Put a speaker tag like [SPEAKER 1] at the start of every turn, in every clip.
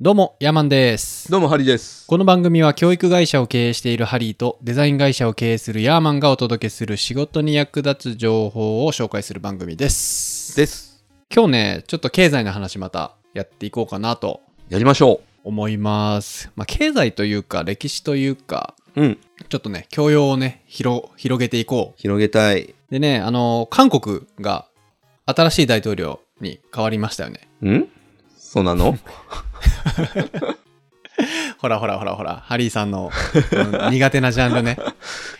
[SPEAKER 1] どうも、ヤーマンです。
[SPEAKER 2] どうもハリです。
[SPEAKER 1] この番組は教育会社を経営しているハリーとデザイン会社を経営するヤーマンがお届けする仕事に役立つ情報を紹介する番組です。
[SPEAKER 2] です。
[SPEAKER 1] 今日ね、ちょっと経済の話またやっていこうかなと
[SPEAKER 2] やりましょ
[SPEAKER 1] 思います。まあ、経済というか歴史というか、
[SPEAKER 2] う。うん。
[SPEAKER 1] ちょっとね、教養をね、広、広げていこ
[SPEAKER 2] 広げたい。
[SPEAKER 1] う。でね、あの、韓国が新しい大統領に変わりましたよね。
[SPEAKER 2] んそうなの
[SPEAKER 1] ほらほらほらほら、ハリーさんの、うん苦手なジャンルね。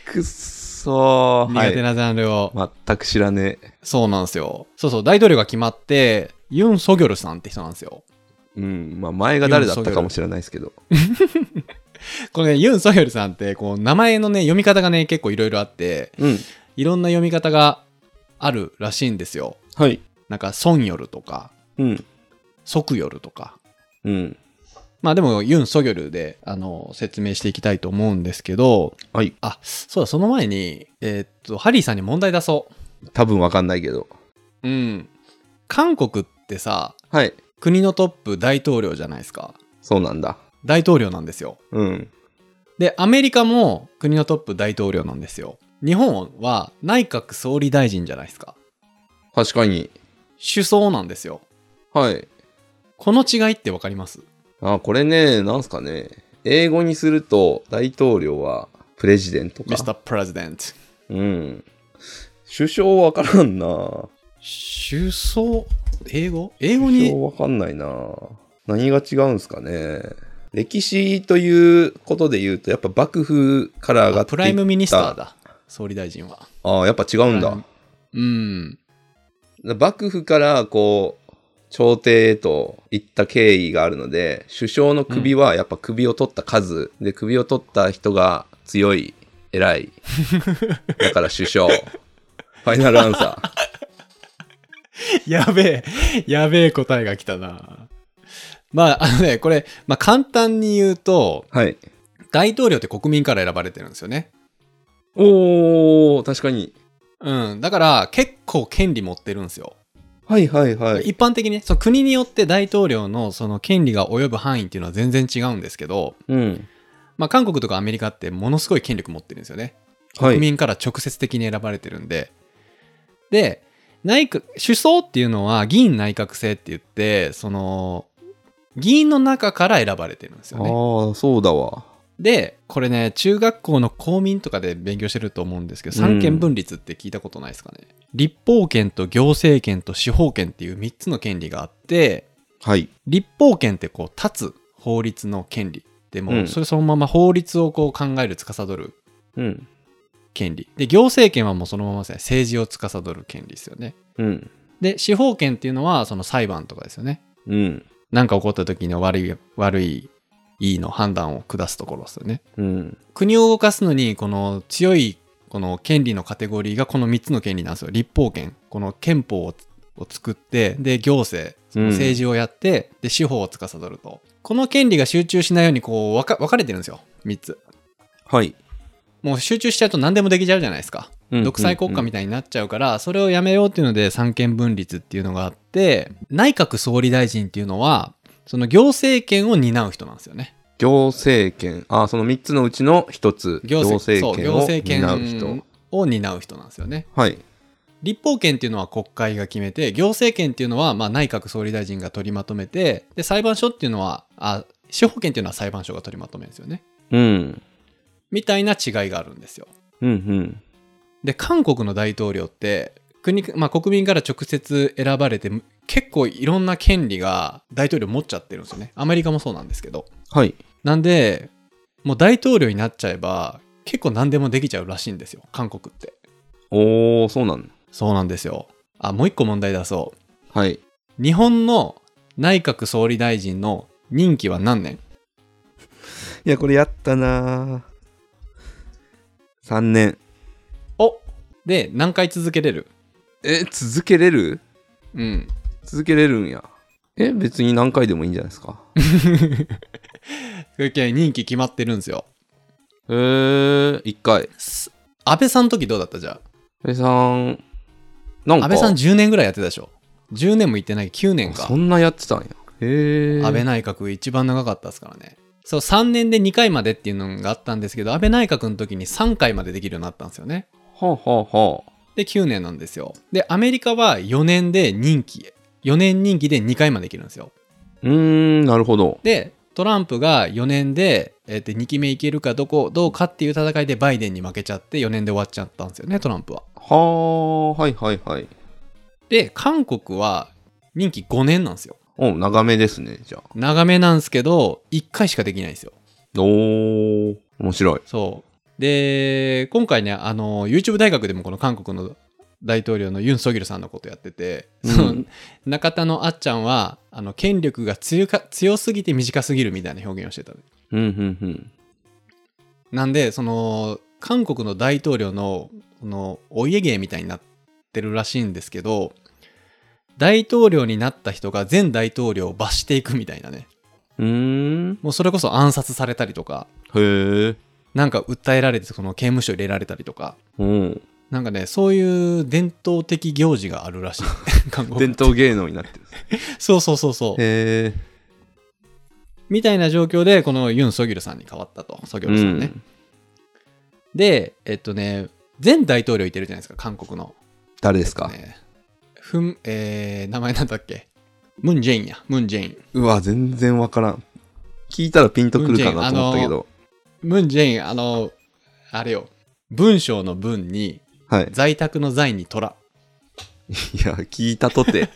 [SPEAKER 2] くっそー。
[SPEAKER 1] 苦手なジャンルを
[SPEAKER 2] はい。全く知らねえ。
[SPEAKER 1] そうなんですよ。そうそう、大統領が決まって、ユン・ソギョルさんって人なんですよ。
[SPEAKER 2] うん。まあ前が誰だったかもしれないですけど。
[SPEAKER 1] このね、ユン・ソギョルさんって、こう、名前のね、読み方がね、結構いろいろあって、
[SPEAKER 2] うん。
[SPEAKER 1] いろんな読み方があるらしいんですよ。
[SPEAKER 2] はい。
[SPEAKER 1] なんか、ソンヨルとか、
[SPEAKER 2] うん。
[SPEAKER 1] ソクヨルとか。
[SPEAKER 2] うん。
[SPEAKER 1] まあでも、ユン・ソギョルで、あの、説明していきたいと思うんですけど、
[SPEAKER 2] はい。
[SPEAKER 1] あ、そうだ、その前に、えーっと、ハリーさんに問題出そ
[SPEAKER 2] 多分わかんないけど。
[SPEAKER 1] う。うん。韓国ってさ、
[SPEAKER 2] はい。
[SPEAKER 1] 国のトップ大統領じゃないですか。
[SPEAKER 2] そうなんだ。
[SPEAKER 1] 大統領なんですよ。
[SPEAKER 2] うん。
[SPEAKER 1] で、アメリカも国のトップ大統領なんですよ。日本は内閣総理大臣じゃないですか。
[SPEAKER 2] 確かに。
[SPEAKER 1] 首相なんですよ。
[SPEAKER 2] はい。
[SPEAKER 1] この違いってわかります
[SPEAKER 2] あ、これね、なんすかね。英語にすると大統領はプレジデントか。
[SPEAKER 1] ?Mr. President。
[SPEAKER 2] うん。首相わからんな。
[SPEAKER 1] 首相英語英語
[SPEAKER 2] 首
[SPEAKER 1] に
[SPEAKER 2] 相わかんないな何が違うんすかね歴史ということで言うとやっぱ幕府から上がっていった
[SPEAKER 1] プライムミニスターだ。総理大臣は。
[SPEAKER 2] ああやっぱ違う
[SPEAKER 1] プラ
[SPEAKER 2] ん
[SPEAKER 1] イ
[SPEAKER 2] だ
[SPEAKER 1] ムうん。
[SPEAKER 2] 幕府からこう朝廷へと行った経緯があるので首相の首はやっぱ首を取った数、で首を取った人が強い偉いだから 首相ファイナルアンサ ー
[SPEAKER 1] やべえ、やべえ答えが来たな。まあ、あのね、これ、まあ簡単に言うと、
[SPEAKER 2] はい
[SPEAKER 1] 大統領って国民から選ばれてるんですよね。
[SPEAKER 2] おー確かに
[SPEAKER 1] うん。だから、結構権利持ってるんですよ。
[SPEAKER 2] はいはいはい
[SPEAKER 1] 一般的にねその国によって大統領のその権利が及ぶ範囲っていうのは全然違うんですけど、
[SPEAKER 2] うん
[SPEAKER 1] まあ、韓国とかアメリカってものすごい権力持ってるんですよね
[SPEAKER 2] は
[SPEAKER 1] 国
[SPEAKER 2] い
[SPEAKER 1] 民から直接的に選ばれてるんで、で内閣首相っていうのは議員内閣制って言ってその議員の中から選ばれてるんですよね
[SPEAKER 2] ああそうだわ
[SPEAKER 1] でこれね中学校の公民とかで勉強してると思うんですけど三権分立って聞いたことないですかね、立法権と行政権と司法権っていう3つの権利があって
[SPEAKER 2] はい
[SPEAKER 1] 立法権ってこう立つ法律の権利でも、
[SPEAKER 2] うん
[SPEAKER 1] それそのまま法律をこう考える司る
[SPEAKER 2] うん。
[SPEAKER 1] 権利で行政権はもうそのままですね政治を司る権利ですよね
[SPEAKER 2] うん。
[SPEAKER 1] で司法権っていうのはその裁判とかですよね
[SPEAKER 2] うん。
[SPEAKER 1] 何か起こった時の悪い悪いいいの判断を下すところですよね
[SPEAKER 2] うん。
[SPEAKER 1] 国を動かすのにこの強いこの権利のカテゴリーがこの3つの権利なんですよ立法権この憲法をを作ってで行政その政治をやって、で司法を司るとこの権利が集中しないようにこう分か分かれてるんですよ3つ
[SPEAKER 2] はい。
[SPEAKER 1] もう集中しちゃうと何でもできちゃうじゃないですか、
[SPEAKER 2] うん
[SPEAKER 1] 独裁国家みたいになっちゃうから、それをやめようっていうので三権分立っていうのがあって内閣総理大臣っていうのはその行政権を担う人なんですよね
[SPEAKER 2] 行政権。あ、その3つのうちの1つ。
[SPEAKER 1] 行政そう行政
[SPEAKER 2] 権
[SPEAKER 1] 権
[SPEAKER 2] を担う人。
[SPEAKER 1] を担う人なんですよね
[SPEAKER 2] はい。
[SPEAKER 1] 立法権っていうのは国会が決めて行政権っていうのはまあ内閣総理大臣が取りまとめてで裁判所っていうのはあ司法権っていうのは裁判所が取りまとめるんですよね
[SPEAKER 2] うん。
[SPEAKER 1] みたいな違いがあるんですよ
[SPEAKER 2] うんうん。
[SPEAKER 1] で韓国の大統領って国,、まあ、国民から直接選ばれて結構いろんな権利が大統領持っちゃってるんですよねアメリカもそうなんですけど
[SPEAKER 2] はい。
[SPEAKER 1] なんでもう大統領になっちゃえば結構何でもできちゃうらしいんですよ韓国って
[SPEAKER 2] おー、そうなんだ。
[SPEAKER 1] そうなんですよあもう一個問題出そう
[SPEAKER 2] はい。
[SPEAKER 1] 日本の内閣総理大臣の任期は何年
[SPEAKER 2] いや、これやったな3年。
[SPEAKER 1] おで何回続けれる
[SPEAKER 2] え、続けれる
[SPEAKER 1] うん
[SPEAKER 2] 続けれるんや。え、別に何回でもいいんじゃないですか。
[SPEAKER 1] それけ任期決まってるんですよ
[SPEAKER 2] えー、1回。
[SPEAKER 1] す安倍さんの時どうだったじゃ
[SPEAKER 2] 安倍さん、なん
[SPEAKER 1] あ
[SPEAKER 2] か。
[SPEAKER 1] 安倍さん10年ぐらいやってたでしょ10年も行ってない9年
[SPEAKER 2] あ
[SPEAKER 1] か
[SPEAKER 2] そんなやってたんや。えへえ。
[SPEAKER 1] 安倍内閣一番長かったですからね。そう、3年で2回までっていうのがあったんですけど、安倍内閣の時に3回までできるようになったんですよね。
[SPEAKER 2] ほうほうほう。
[SPEAKER 1] で、9年なんですよ。で、アメリカは4年で任期、4年任期で2回までできるんですよ。
[SPEAKER 2] うーん、なるほど。
[SPEAKER 1] で、トランプが4年で、えーと2期目いけるかどこ、どうかっていう戦いでバイデンに負けちゃって4年で終わっちゃったんですよね、トランプは。
[SPEAKER 2] はあ、はいはいはい。
[SPEAKER 1] で、韓国は任期5年なんですよ。
[SPEAKER 2] お長めですね、じゃあ。
[SPEAKER 1] 長めなんですけど、1回しかできないんですよ。
[SPEAKER 2] おー、面白い。
[SPEAKER 1] そう。で、今回ね、あの、YouTube 大学でもこの韓国の大統領のユン・ソギョルさんのことやってて、
[SPEAKER 2] うん
[SPEAKER 1] その中田のあっちゃんは、あの、権力が強か強すぎて短すぎるみたいな表現をしてたね。
[SPEAKER 2] うん、うん、うん。
[SPEAKER 1] なんで、その、韓国の大統領の、この、お家芸みたいになってるらしいんですけど、大統領になった人が前大統領を罰していくみたいなね。
[SPEAKER 2] うーん。
[SPEAKER 1] もうそれこそ暗殺されたりとか、
[SPEAKER 2] へえ。
[SPEAKER 1] なんか訴えられて、その刑務所入れられたりとか、
[SPEAKER 2] うん。
[SPEAKER 1] なんかね、そういう伝統的行事がある らしい。韓国
[SPEAKER 2] 伝統芸能になってる。
[SPEAKER 1] そうそうそうそう。
[SPEAKER 2] へえ。
[SPEAKER 1] みたいな状況で、このユン・ソギョルさんに変わったと。ソギョルさんね。で、えっとね、前大統領いてるじゃないですか、韓国の。
[SPEAKER 2] 誰ですか、
[SPEAKER 1] ね、ふん、えー、名前なんだっけムン・ジェインや。ムン・ジェイン。
[SPEAKER 2] うわ、全然わからん。聞いたらピンとくるかなと思ったけど。
[SPEAKER 1] ムン・ジェイン、あの、あれよ。文章の文に、
[SPEAKER 2] はい。
[SPEAKER 1] 在宅の在に虎。
[SPEAKER 2] いや、聞いたとて。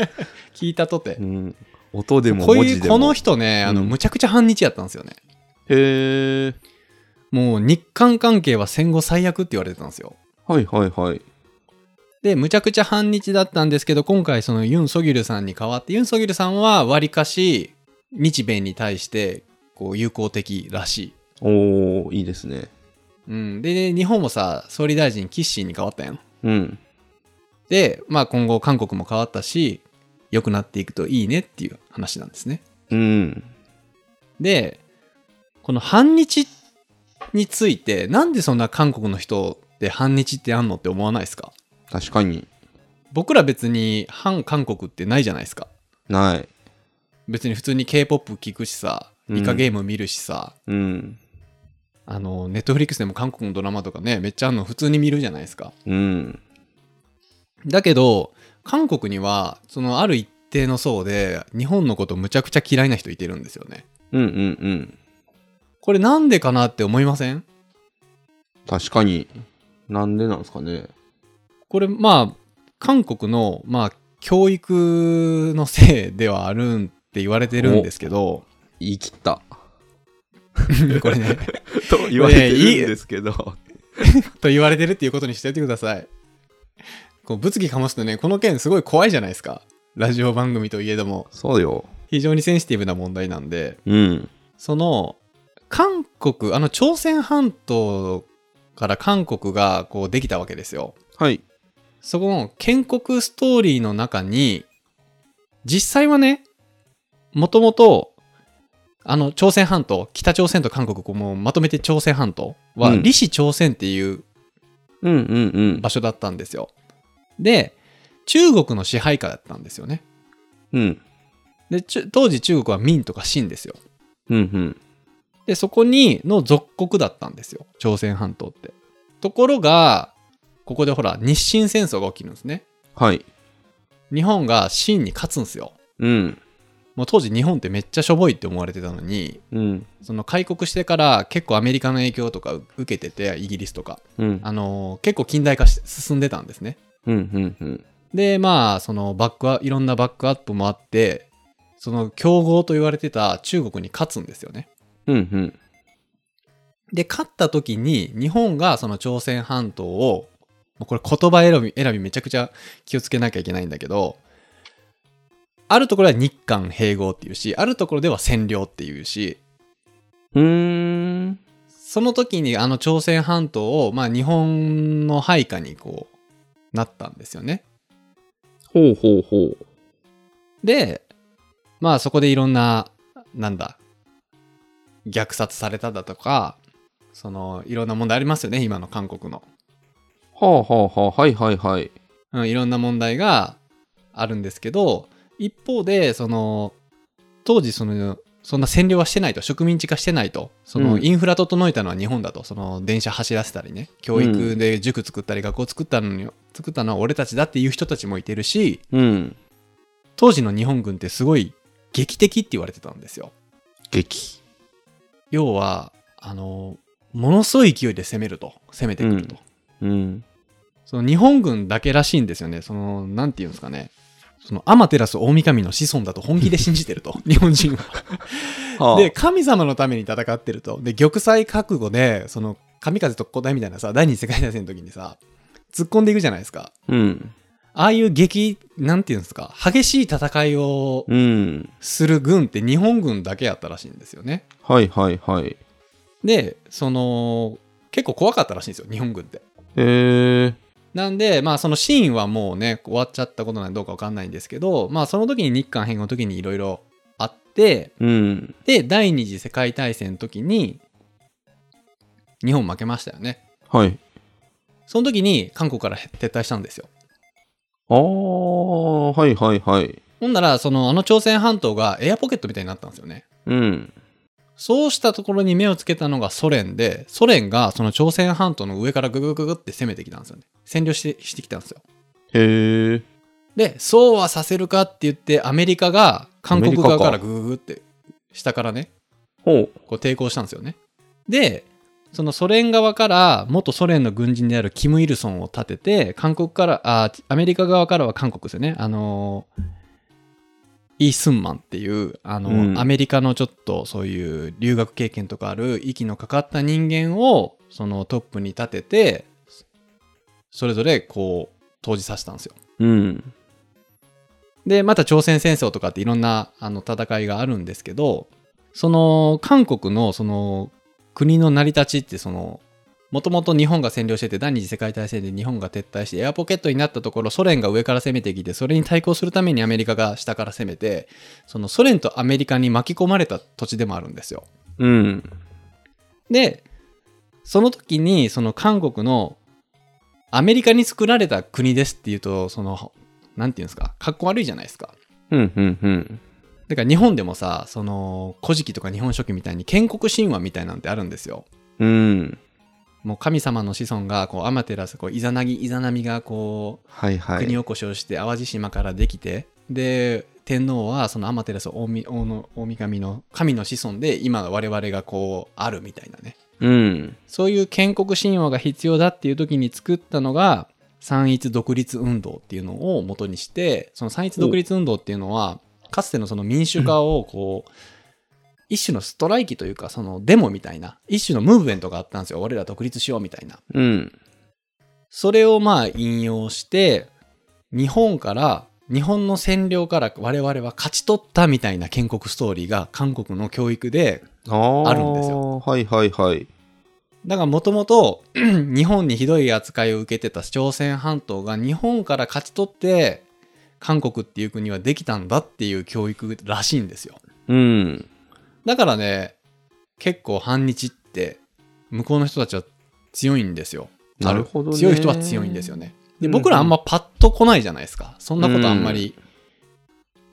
[SPEAKER 1] 聞いたとて
[SPEAKER 2] う。ん。音でも
[SPEAKER 1] こう
[SPEAKER 2] 文
[SPEAKER 1] い
[SPEAKER 2] 字
[SPEAKER 1] う、
[SPEAKER 2] で
[SPEAKER 1] こ
[SPEAKER 2] も。
[SPEAKER 1] の人ね、あの、
[SPEAKER 2] うん
[SPEAKER 1] むちゃくちゃ反日やったんですよね。
[SPEAKER 2] へえ。
[SPEAKER 1] もう日韓関係は戦後最悪って言われてたんですよ。
[SPEAKER 2] はいはいはい。
[SPEAKER 1] で、むちゃくちゃ反日だったんですけど、今回そのユン・ソギュルさんに代わって、ユン・ソギュルさんはわりかし日米に対してこう友好的らしい。
[SPEAKER 2] おー、いいですね。
[SPEAKER 1] うん、で、日本もさ、総理大臣キッシーに変わったやん。
[SPEAKER 2] うん。
[SPEAKER 1] で、まあ今後韓国も変わったし、良くなっていくといいねっていう話なんですね。
[SPEAKER 2] うん。
[SPEAKER 1] で、この反日について、なんでそんな韓国の人って反日ってあんのって思わないですか
[SPEAKER 2] 確かに。
[SPEAKER 1] 僕ら別に反韓国ってないじゃないですか
[SPEAKER 2] ない。
[SPEAKER 1] 別に普通に K-POP 聞くしさ
[SPEAKER 2] うん
[SPEAKER 1] イカゲーム見るしさ、
[SPEAKER 2] うん。
[SPEAKER 1] あのネットフリックスでも韓国のドラマとかねめっちゃあんの普通に見るじゃないですか
[SPEAKER 2] うん。
[SPEAKER 1] だけど韓国にはそのある一定の層で日本のことむちゃくちゃ嫌いな人いてるんですよね
[SPEAKER 2] うんうんうん。
[SPEAKER 1] これなんでかなって思いません
[SPEAKER 2] 確かに。なんでなんですかね。
[SPEAKER 1] これまあ韓国のまあ教育のせいではあるんって言われてるんですけど
[SPEAKER 2] 言い切った。
[SPEAKER 1] これね
[SPEAKER 2] と言われてるんですけど。
[SPEAKER 1] と言われてるっていうことにしておいてください。こう物議かもすとね、この件すごい怖いじゃないですか。ラジオ番組といえども、
[SPEAKER 2] そうよ。
[SPEAKER 1] 非常にセンシティブな問題なんで、
[SPEAKER 2] うん。
[SPEAKER 1] その、韓国、あの、朝鮮半島から韓国がこうできたわけですよ。
[SPEAKER 2] はい。
[SPEAKER 1] そこの建国ストーリーの中に、実際はね、もともと、あの、朝鮮半島、北朝鮮と韓国、こうもうまとめて朝鮮半島は、
[SPEAKER 2] うん
[SPEAKER 1] 李氏朝鮮っていう
[SPEAKER 2] うんうんうん。
[SPEAKER 1] 場所だったんですよ。で、中国の支配下だったんですよね。
[SPEAKER 2] うん。
[SPEAKER 1] で、ちゅ当時中国は明とか清ですよ。
[SPEAKER 2] うんうん。
[SPEAKER 1] で、そこにの属国だったんですよ。朝鮮半島って。ところが、ここでほら、日清戦争が起きるんですね。
[SPEAKER 2] はい。
[SPEAKER 1] 日本が清に勝つんですよ。
[SPEAKER 2] うん。
[SPEAKER 1] もう当時日本ってめっちゃしょぼいって思われてたのに、
[SPEAKER 2] うん。
[SPEAKER 1] その開国してから結構アメリカの影響とか受けてて、イギリスとか。
[SPEAKER 2] うん。
[SPEAKER 1] あのー結構近代化し進んでたんですね。
[SPEAKER 2] うんうんうん。
[SPEAKER 1] でまあそのバックアいろんなバックアップもあってその強豪と言われてた中国に勝つんですよね。
[SPEAKER 2] うんうん。
[SPEAKER 1] で勝った時に日本がその朝鮮半島をもうこれ言葉選び選びめちゃくちゃ気をつけなきゃいけないんだけどあるところは日韓併合っていうしあるところでは占領っていうし
[SPEAKER 2] うーん。
[SPEAKER 1] その時にあの朝鮮半島をまあ日本の配下にこうなったんですよね。
[SPEAKER 2] ほうほうほう。
[SPEAKER 1] で、まあそこでいろんな、なんだ、虐殺されただとか、そのいろんな問題ありますよね、今の韓国の。
[SPEAKER 2] はあはあはあ。はいはいはい。
[SPEAKER 1] うん、いろんな問題があるんですけど、一方で、その、当時そのそんな占領はしてないと植民地化してないとそうの
[SPEAKER 2] ん
[SPEAKER 1] インフラ整えたのは日本だとその電車走らせたりね教育で塾作ったり学校作ったのに作ったのは俺たちだっていう人たちもいてるし
[SPEAKER 2] うん。
[SPEAKER 1] 当時の日本軍ってすごい劇的って言われてたんですよ
[SPEAKER 2] 激。
[SPEAKER 1] 要はあのものすごい勢いで攻めると攻めてくると、
[SPEAKER 2] うん。
[SPEAKER 1] その日本軍だけらしいんですよねそのなんていうんですかねその天照大神の子孫だと本気で信じてる と日本人は
[SPEAKER 2] はあ、
[SPEAKER 1] で、神様のために戦ってると。で、玉砕覚悟で、その、神風特攻隊みたいなさ、第二次世界大戦の時にさ、突っ込んでいくじゃないですか。
[SPEAKER 2] うん。
[SPEAKER 1] ああいう激、なんていうんですか、激しい戦いを
[SPEAKER 2] うん。
[SPEAKER 1] する軍って日本軍だけやったらしいんですよね。
[SPEAKER 2] はいはいはい。
[SPEAKER 1] で、その、結構怖かったらしいんですよ、日本軍って。
[SPEAKER 2] へえ。
[SPEAKER 1] なんで、まあそのシーンはもうね、終わっちゃったことなんでどうかわかんないんですけど、まあその時に日韓編の時にいろいろあって、
[SPEAKER 2] うん。
[SPEAKER 1] で、第二次世界大戦の時に、日本負けましたよね。
[SPEAKER 2] はい。
[SPEAKER 1] その時に韓国から撤退したんですよ。
[SPEAKER 2] ああ、はいはいはい。
[SPEAKER 1] ほんなら、その、あの朝鮮半島がエアポケットみたいになったんですよね。
[SPEAKER 2] うん。
[SPEAKER 1] そうしたところに目をつけたのがソ連で、ソ連がその朝鮮半島の上からググググって攻めてきたんですよね。占領してしてきたんですよ。
[SPEAKER 2] へえ。
[SPEAKER 1] で、そうはさせるかって言って、アメリカが韓国側か
[SPEAKER 2] アメ
[SPEAKER 1] ら
[SPEAKER 2] リカか
[SPEAKER 1] グググって下からね、
[SPEAKER 2] ほう。
[SPEAKER 1] こう抵抗したんですよね。で、そのソ連側から元ソ連の軍人であるキム・イルソンを立てて、韓国から、あ、アメリカ側からは韓国ですよね。あのーイ・スンマンっていう、あのー
[SPEAKER 2] うん
[SPEAKER 1] アメリカのちょっとそういう留学経験とかある息のかかった人間を、そのトップに立てて、それぞれこう、投じさせたんですよ。
[SPEAKER 2] うん。
[SPEAKER 1] で、また朝鮮戦争とかっていろんなあの戦いがあるんですけど、その韓国のその国の成り立ちってその、もともと日本が占領してて第二次世界大戦で日本が撤退してエアポケットになったところソ連が上から攻めてきてそれに対抗するためにアメリカが下から攻めてそのソ連とアメリカに巻き込まれた土地でもあるんですよ。
[SPEAKER 2] うん。
[SPEAKER 1] でその時にその韓国のアメリカに作られた国ですっていうとそのなんていうんですかかっこ悪いじゃないですか。
[SPEAKER 2] うんうんうん。
[SPEAKER 1] だから日本でもさ、その、古事記とか日本書紀みたいに建国神話みたいなんてあるんですよ。
[SPEAKER 2] うん。
[SPEAKER 1] もう神様の子孫が、こう、アマテラス、こう、イザナギ、イザナミが、こう、
[SPEAKER 2] はいはい。
[SPEAKER 1] 国おこしをして、淡路島からできて、で、天皇は、そのアマテラス大神大の大神の、神の子孫で、今我々がこう、あるみたいなね。
[SPEAKER 2] うん。
[SPEAKER 1] そういう建国神話が必要だっていう時に作ったのが、三一独立運動っていうのを元にして、その三一独立運動っていうのは、かつてのその民主化をこう、一種のストライキというか、そのデモみたいな、一種のムーブメントがあったんですよ。俺ら独立しようみたいな。
[SPEAKER 2] うん。
[SPEAKER 1] それをまあ引用して、日本から、日本の占領から我々は勝ち取ったみたいな建国ストーリーが韓国の教育で
[SPEAKER 2] ああ。
[SPEAKER 1] あるんですよ。
[SPEAKER 2] はいはいはい。
[SPEAKER 1] だからもともと 日本にひどい扱いを受けてた朝鮮半島が日本から勝ち取って韓国っていう国はできたんだっていう教育らしいんですよ
[SPEAKER 2] うん。
[SPEAKER 1] だからね結構反日って向こうの人たちは強いんですよ
[SPEAKER 2] なるほどね
[SPEAKER 1] 強い人は強いんですよねで
[SPEAKER 2] うん
[SPEAKER 1] 僕らあんまパッと来ないじゃないですかそんなことあんまり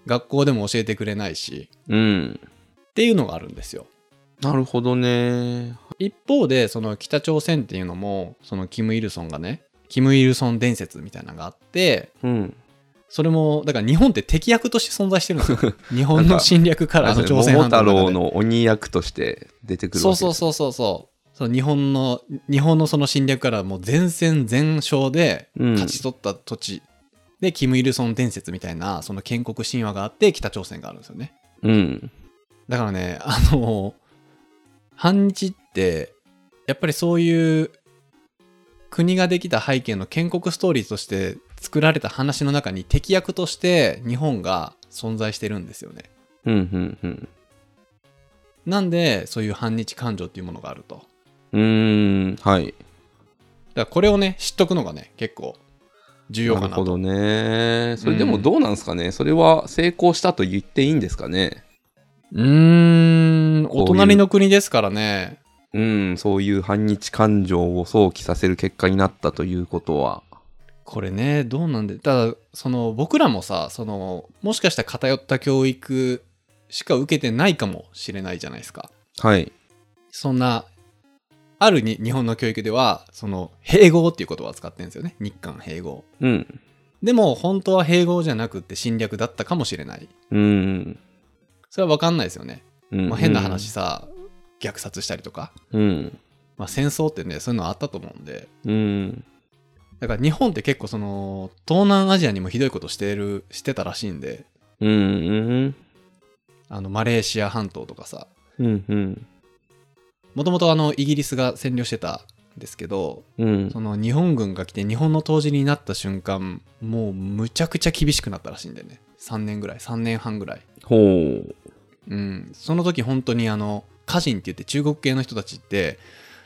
[SPEAKER 1] 学校でも教えてくれないし
[SPEAKER 2] うん。
[SPEAKER 1] っていうのがあるんですよ
[SPEAKER 2] なるほどね。
[SPEAKER 1] 一方でその北朝鮮っていうのもそのキム・イルソンがねキム・イルソン伝説みたいなのがあって
[SPEAKER 2] うん。
[SPEAKER 1] それもだから日本って敵役として存在してるん ですよ日本の侵略からあの朝鮮
[SPEAKER 2] 桃
[SPEAKER 1] 半島
[SPEAKER 2] 太
[SPEAKER 1] の中
[SPEAKER 2] 郎
[SPEAKER 1] で
[SPEAKER 2] の鬼役として出てくる
[SPEAKER 1] そうそう
[SPEAKER 2] そ
[SPEAKER 1] そうそうそうその日本の日本のその侵略からもう前線全勝で
[SPEAKER 2] うん
[SPEAKER 1] 勝ち取った土地、でキム・イルソン伝説みたいなその建国神話があって北朝鮮があるんですよね
[SPEAKER 2] う。うん。
[SPEAKER 1] だからね、あの、反日って、やっぱりそういう国ができた背景の建国ストーリーとして作られた話の中に敵役として日本が存在してるんですよね。
[SPEAKER 2] うんうんうん。
[SPEAKER 1] なんで、そういう反日感情っていうものがあると。だか
[SPEAKER 2] うーん。はい。
[SPEAKER 1] らこれをね、知っとくのがね、結構重要
[SPEAKER 2] な
[SPEAKER 1] か
[SPEAKER 2] る
[SPEAKER 1] な
[SPEAKER 2] ほ
[SPEAKER 1] と。
[SPEAKER 2] どね。それでもどうなんですかね、それは成功したと言っていいんですかね
[SPEAKER 1] うーん、
[SPEAKER 2] こういう
[SPEAKER 1] お隣の国ですからね。
[SPEAKER 2] うん、そういう反日感情を想起させる結果になったということは。
[SPEAKER 1] これねどうなんでただその僕らもさそのもしかしたら偏った教育しか受けてないかもしれないじゃないですか。
[SPEAKER 2] はい。
[SPEAKER 1] そんな、あるに日本の教育では、その、併合っていう言葉を使ってるんですよね。日韓併合。
[SPEAKER 2] うん。
[SPEAKER 1] でも、本当は併合じゃなくって侵略だったかもしれない。
[SPEAKER 2] うん。
[SPEAKER 1] それは分かんないですよね。
[SPEAKER 2] うん
[SPEAKER 1] まあ、変な話。さ、虐殺したりとか、
[SPEAKER 2] うん。
[SPEAKER 1] まあ、戦争ってね、そういうのあったと思うんで、
[SPEAKER 2] うん。
[SPEAKER 1] だから日本って結構その、東南アジアにもひどいことしてる、してたらしいんで、
[SPEAKER 2] うん。うん。
[SPEAKER 1] あの、マレーシア半島とかさ、
[SPEAKER 2] うん。うん。
[SPEAKER 1] もともとあの、イギリスが占領してたんですけど、
[SPEAKER 2] うん
[SPEAKER 1] そ。の日本軍が来て日本の当時になった瞬間、もうむちゃくちゃ厳しくなったらしいんだよね。3年ぐらい、3年半ぐらい。
[SPEAKER 2] ほう。
[SPEAKER 1] うん、その時本当にあの家人って言って中国系の人たちって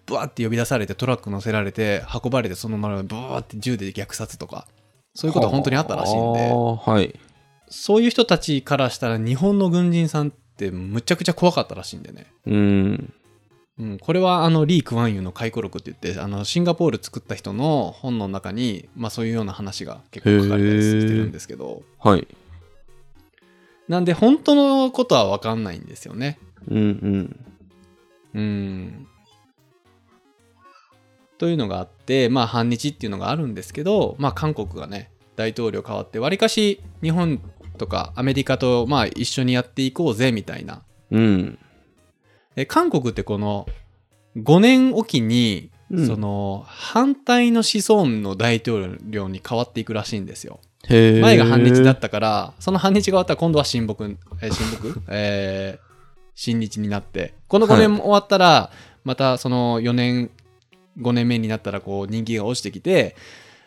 [SPEAKER 1] ブワーって呼び出されてトラック乗せられて運ばれてそのままブワーって銃で虐殺とかそういうことが本当にあったらしいん
[SPEAKER 2] あ
[SPEAKER 1] で
[SPEAKER 2] ーはい。
[SPEAKER 1] そういう人たちからしたら日本の軍人さんってむちゃくちゃ怖かったらしいんでね、
[SPEAKER 2] うん。
[SPEAKER 1] うん、これはあのリー・クワンユーの回顧録って言ってあのシンガポール作った人の本の中に、まあ、そういうような話が結構書かれたりしてるんですけど
[SPEAKER 2] はい。
[SPEAKER 1] なんで本当のことは分かんないんですよね。
[SPEAKER 2] うん。
[SPEAKER 1] うん。というのがあって、まあ反日っていうのがあるんですけど、まあ韓国がね、大統領変わって、わりかし日本とかアメリカとまあ一緒にやっていこうぜみたいな。
[SPEAKER 2] うん。うん。
[SPEAKER 1] え韓国ってこの5年おきに、
[SPEAKER 2] うん
[SPEAKER 1] その反対の子孫の大統領に変わっていくらしいんですよ。
[SPEAKER 2] へー
[SPEAKER 1] 前が反日だったから、その反日が終わったら今度は親睦、えー親睦 えー親日になって、この5年も終わったら、またその4年、5年目になったらこう人気が落ちてきて、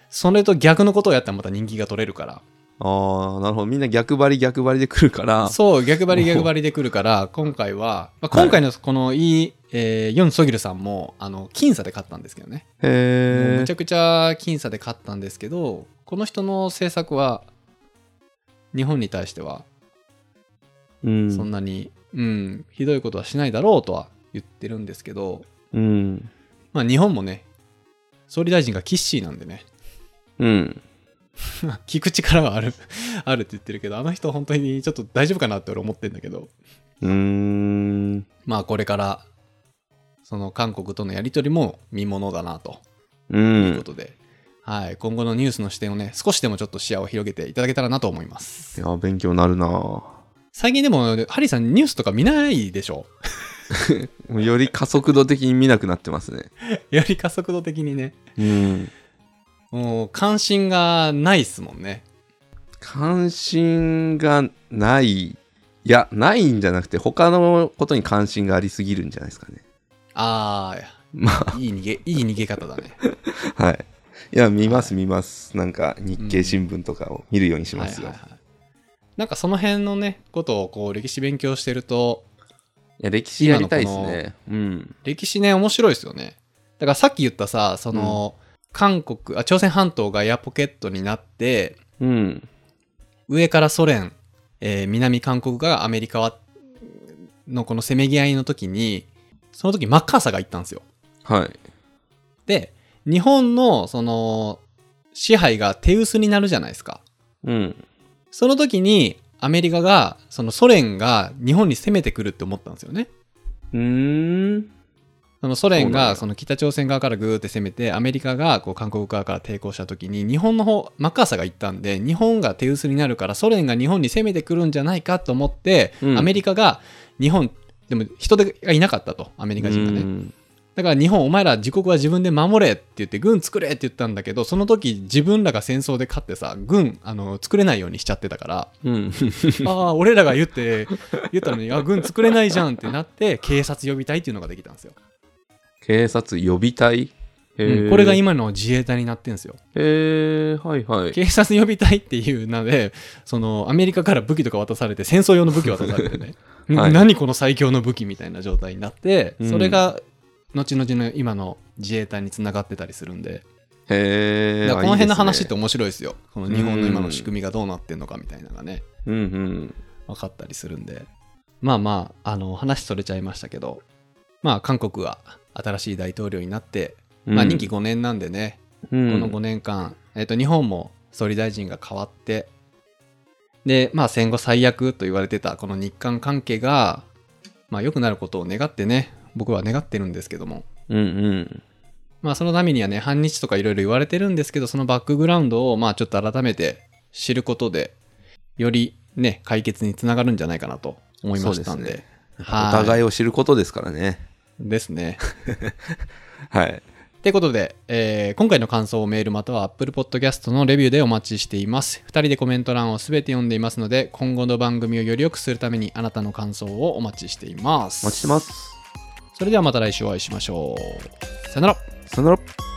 [SPEAKER 1] それと逆のことをやったらまた人気が取れるから。
[SPEAKER 2] ああ、なるほど。みんな逆張り逆張りで来るから。
[SPEAKER 1] そう、逆張り逆張りで来るから、今回は、まあ、今回のこのいい、えーヨン・ソギルさんも、あの、僅差で勝ったんですけどね。もう
[SPEAKER 2] へ
[SPEAKER 1] むち
[SPEAKER 2] え
[SPEAKER 1] ゃ。くちゃ僅差で勝ったんですけど、この人の政策は、日本に対しては
[SPEAKER 2] うん
[SPEAKER 1] そんなに、うん、ひどいことはしないだろうとは言ってるんですけど、
[SPEAKER 2] うん。
[SPEAKER 1] まあ日本もね、総理大臣がキッシーなんでね、
[SPEAKER 2] うん。
[SPEAKER 1] 聞く力はある、あるって言ってるけど、あの人本当にちょっと大丈夫かなって俺思ってんだけど、
[SPEAKER 2] うーん。
[SPEAKER 1] まあこれから、その韓国とのやりとりも見ものだなと
[SPEAKER 2] う
[SPEAKER 1] いうこ
[SPEAKER 2] ん。
[SPEAKER 1] とで、はい、今後のニュースの視点をね、少しでもちょっと視野を広げていただけたらなと思いま
[SPEAKER 2] い
[SPEAKER 1] す。
[SPEAKER 2] や、勉強になるなも
[SPEAKER 1] 最近でも、ハリーさんニュースとか見ないでしょ
[SPEAKER 2] うより加速度的に見なくなってますね。
[SPEAKER 1] より加速度的にね。
[SPEAKER 2] うん。
[SPEAKER 1] もう関心がないっすもんね。
[SPEAKER 2] 関心がない。いや、ないんじゃなくて、他のことに関心がありすぎるんじゃないですかね。
[SPEAKER 1] あ
[SPEAKER 2] まあ、
[SPEAKER 1] あ、いい逃げ、いい逃げ方だね。
[SPEAKER 2] はい。いや、見ます、見ます。なんか、日経新聞とかを見るようにしますよ。
[SPEAKER 1] はいはいはい。なんかその辺のね、ことをこう歴史勉強してると、
[SPEAKER 2] いや、歴史やりたいですね。うん。
[SPEAKER 1] 歴史ね、面白いですよね。だからさっき言ったさ、その、韓国、あ、朝鮮半島がエアポケットになって、
[SPEAKER 2] うん。
[SPEAKER 1] 上からソ連、えー南韓国がアメリカはのこのせめぎ合いの時に、その時マッカーサーが行ったんですよ。
[SPEAKER 2] はい。
[SPEAKER 1] で、日本のその支配が手薄になるじゃないですか。
[SPEAKER 2] うん。
[SPEAKER 1] その時にアメリカが、そのソ連が日本に攻めてくるって思ったんですよね。
[SPEAKER 2] うーん。
[SPEAKER 1] そのソ連
[SPEAKER 2] そうなん
[SPEAKER 1] が
[SPEAKER 2] だ
[SPEAKER 1] その北朝鮮側からぐーって攻めて、アメリカがこう韓国側から抵抗した時に、日本の方、マッカーサーが行ったんで、日本が手薄になるから、ソ連が日本に攻めてくるんじゃないかと思って、
[SPEAKER 2] うん
[SPEAKER 1] アメリカが日本、でも人手がいなかったと、アメリカ人がね。
[SPEAKER 2] うん
[SPEAKER 1] だから日本お前ら自国は自分で守れって言って軍作れって言ったんだけどその時自分らが戦争で勝ってさ軍あの作れないようにしちゃってたから
[SPEAKER 2] うん。
[SPEAKER 1] ああ俺らが言って言ったのにあ軍作れないじゃんってなって警察呼び隊っていうのができたんですよ、
[SPEAKER 2] 警察予備隊へ
[SPEAKER 1] う
[SPEAKER 2] ー
[SPEAKER 1] んこれが今の自衛隊になってんですよ
[SPEAKER 2] へえ、はいはい。
[SPEAKER 1] 警察呼び隊っていう名でそのアメリカから武器とか渡されて戦争用の武器渡されてね、
[SPEAKER 2] はい
[SPEAKER 1] 何この最強の武器みたいな状態になって
[SPEAKER 2] うん
[SPEAKER 1] それが後々の今の自衛隊につながってたりするんで、
[SPEAKER 2] へえ。
[SPEAKER 1] だからこの辺の話って
[SPEAKER 2] と。
[SPEAKER 1] 面白いですよ。この日本の今の仕組みがどうなってんのかみたいなのがね、
[SPEAKER 2] うんうん。
[SPEAKER 1] 分かったりするんで。まあまあ、あの、話それちゃいましたけど、まあ、韓国は新しい大統領になって、まあ、
[SPEAKER 2] うん
[SPEAKER 1] 任期5年なんでね、
[SPEAKER 2] うん
[SPEAKER 1] この5年間、えっと、日本も総理大臣が変わって、で、まあ戦後最悪と言われてたこの日韓関係が、まあ良くなることを願ってね、僕は願ってるんですけども。
[SPEAKER 2] うんうん。
[SPEAKER 1] まあそのためにはね、反日とかいろいろ言われてるんですけど、そのバックグラウンドをまあちょっと改めて知ることで、よりね、解決につながるんじゃないかなと思いましたんで。
[SPEAKER 2] そうでお
[SPEAKER 1] はい
[SPEAKER 2] 互いを知ることですからね。
[SPEAKER 1] ですね。
[SPEAKER 2] はい。
[SPEAKER 1] ってことで、えー今回の感想をメールまたは Apple Podcast のレビューでお待ちしています。2人でコメント欄を全て読んでいますので、今後の番組をより良くするためにあなたの感想をお待ちしています。
[SPEAKER 2] お待ちしてます。
[SPEAKER 1] それではまた来週お会いしましょう。さよなら。
[SPEAKER 2] さよなら。